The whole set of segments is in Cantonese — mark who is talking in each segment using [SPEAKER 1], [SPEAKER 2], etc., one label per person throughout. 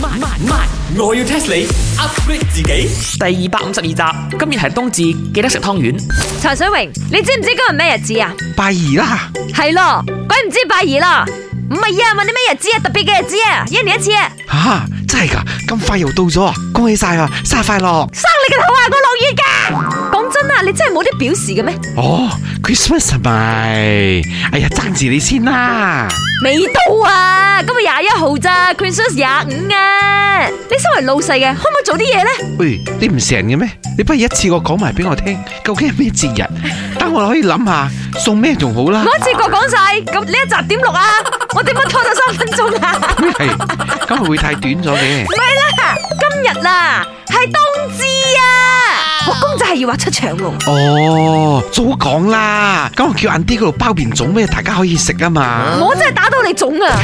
[SPEAKER 1] 慢慢慢，我要 test 你 upgrade 自己。第二百五十二集，今日係冬至，記得食湯圓。
[SPEAKER 2] 茶水榮，你知唔知今日咩日子啊？
[SPEAKER 3] 拜二啦，
[SPEAKER 2] 係咯，鬼唔知拜二啦。唔係啊，問你咩日子啊？特別嘅日子啊，一年一次啊。
[SPEAKER 3] 吓、真係噶，咁快又到咗啊！恭喜晒啊，生日快樂！
[SPEAKER 2] 生你個頭啊！我落雨噶。講真啊，你真係冇啲表示嘅咩？
[SPEAKER 3] 哦，Christmas 係咪？哎呀，爭住你先啦！
[SPEAKER 2] 未到啊，今日廿一號咋，Christmas 廿五啊。你身為老細嘅，可唔可以做啲嘢呢？
[SPEAKER 3] 喂，你唔成嘅咩？你不如一次過講埋俾我聽，究竟係咩節日？等我可以諗下送咩仲好啦
[SPEAKER 2] 我。一次過講晒，咁呢一集點錄啊？我點樣拖咗三分鐘啊？
[SPEAKER 3] 咩係？咁咪會太短咗嘅。
[SPEAKER 2] 唔係啦，今日啊係冬至啊，我公仔係要畫出腸喎。
[SPEAKER 3] 哦，早講啦，咁我叫晏啲嗰度包便粽咩，大家可以食啊嘛。
[SPEAKER 2] 我真係打到你腫啊！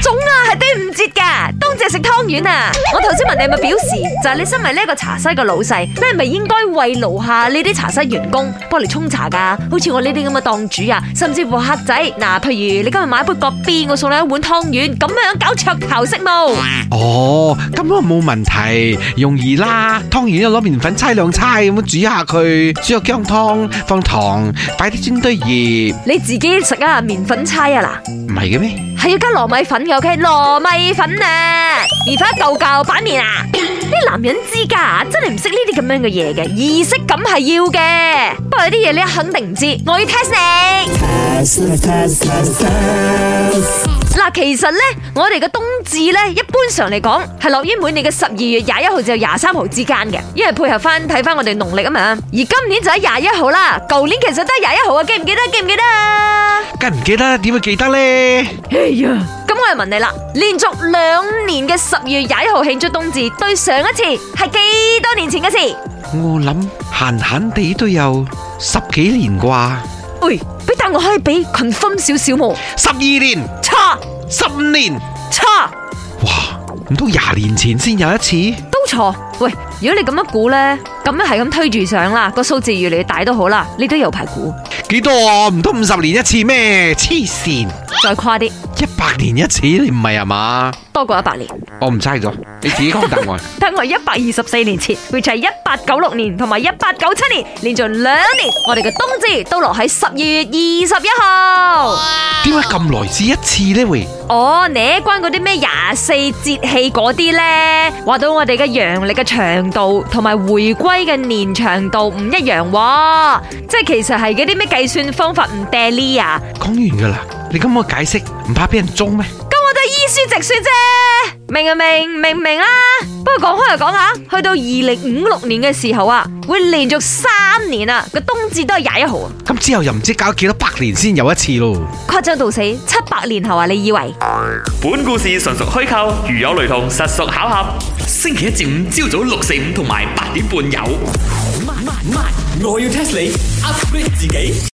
[SPEAKER 2] 腫啊，係端午節噶，冬至係食湯圓啊！我頭先問你有冇表示，就係、你身為呢一個茶室嘅老細，你係咪應該慰勞下你啲茶室員工，幫嚟沖茶噶？好似我呢啲咁嘅檔主啊，甚至乎客仔，嗱，譬如你今日買杯葛 B，我送你一碗湯圓，咁樣搞噱頭式冇？
[SPEAKER 3] 哦，咁我冇問題，容易啦。湯圓又攞麵粉搓兩搓咁樣煮下佢，煮個薑湯，放糖，擺啲煎堆葉，
[SPEAKER 2] 你自己食啊，麵粉差啊嗱，
[SPEAKER 3] 唔係嘅咩？
[SPEAKER 2] 係要加糯米粉嘅，OK，糯米粉啊，而家嚿嚿板面啊！啲男人之家啊，真係唔識呢啲咁樣嘅嘢嘅，儀式感係要嘅。不過有啲嘢你肯定唔知，我要 test 你。嗱，其實呢，我哋嘅冬至呢，一般上嚟講係落於每年嘅十二月廿一號至廿三號之間嘅，因為配合翻睇翻我哋農曆啊嘛。而今年就喺廿一號啦，舊年其實都係廿一號啊，記唔記得？記唔記得啊？
[SPEAKER 3] 梗唔記得，點會記得呢？
[SPEAKER 2] 哎呀！咁我又問你啦，連續兩年嘅十月廿一號慶祝冬至，對上一次係幾多年前嘅事？
[SPEAKER 3] 我諗閒閒地都有十幾年啩，
[SPEAKER 2] 喂，俾答案可以俾 confirm 少少冇？
[SPEAKER 3] 十二年、
[SPEAKER 2] 錯
[SPEAKER 3] 十五年，
[SPEAKER 2] 錯
[SPEAKER 3] 哇！唔通廿年前先有一次？
[SPEAKER 2] 都錯。喂，如果你咁樣估呢，咁樣係咁推住上啦，個數字越嚟越大都好啦，你都有排估。
[SPEAKER 3] 幾多啊？唔通五十年一次咩？黐線！
[SPEAKER 2] 再誇啲，
[SPEAKER 3] 一百年一次，你唔係啊嘛？
[SPEAKER 2] 多過一百年。
[SPEAKER 3] 我唔猜咗，你自己講答案。
[SPEAKER 2] 等我一百二十四年前，which 係一八九六年同埋一八九七年，連續兩年，我哋嘅冬至都落喺十二月二十一號。
[SPEAKER 3] 點解咁耐至一次呢？喂，
[SPEAKER 2] 哦，你關嗰啲咩廿四節氣嗰啲呢？話到我哋嘅陽曆嘅長度同埋回歸嘅年長度唔一樣喎，即係其實係嗰啲咩計算方法唔嗲呢啊，
[SPEAKER 3] 講完噶啦，你咁嘅解釋唔怕俾人中咩？
[SPEAKER 2] 咁我都係依書直說啫，明啊明，明唔明啦？不過講開又講下，去到二零五六年嘅時候啊，會連續三年啊個冬至都係廿一號啊，
[SPEAKER 3] 咁之後又唔知搞幾多百年先有一次咯。
[SPEAKER 2] 誇張到死，七百年後啊，你以為？
[SPEAKER 4] 本故事純屬虛構，如有雷同，實屬巧合。
[SPEAKER 1] 星期一至五朝早六四五同埋八點半有。慢慢慢，我要 test 你 upgrade 自己。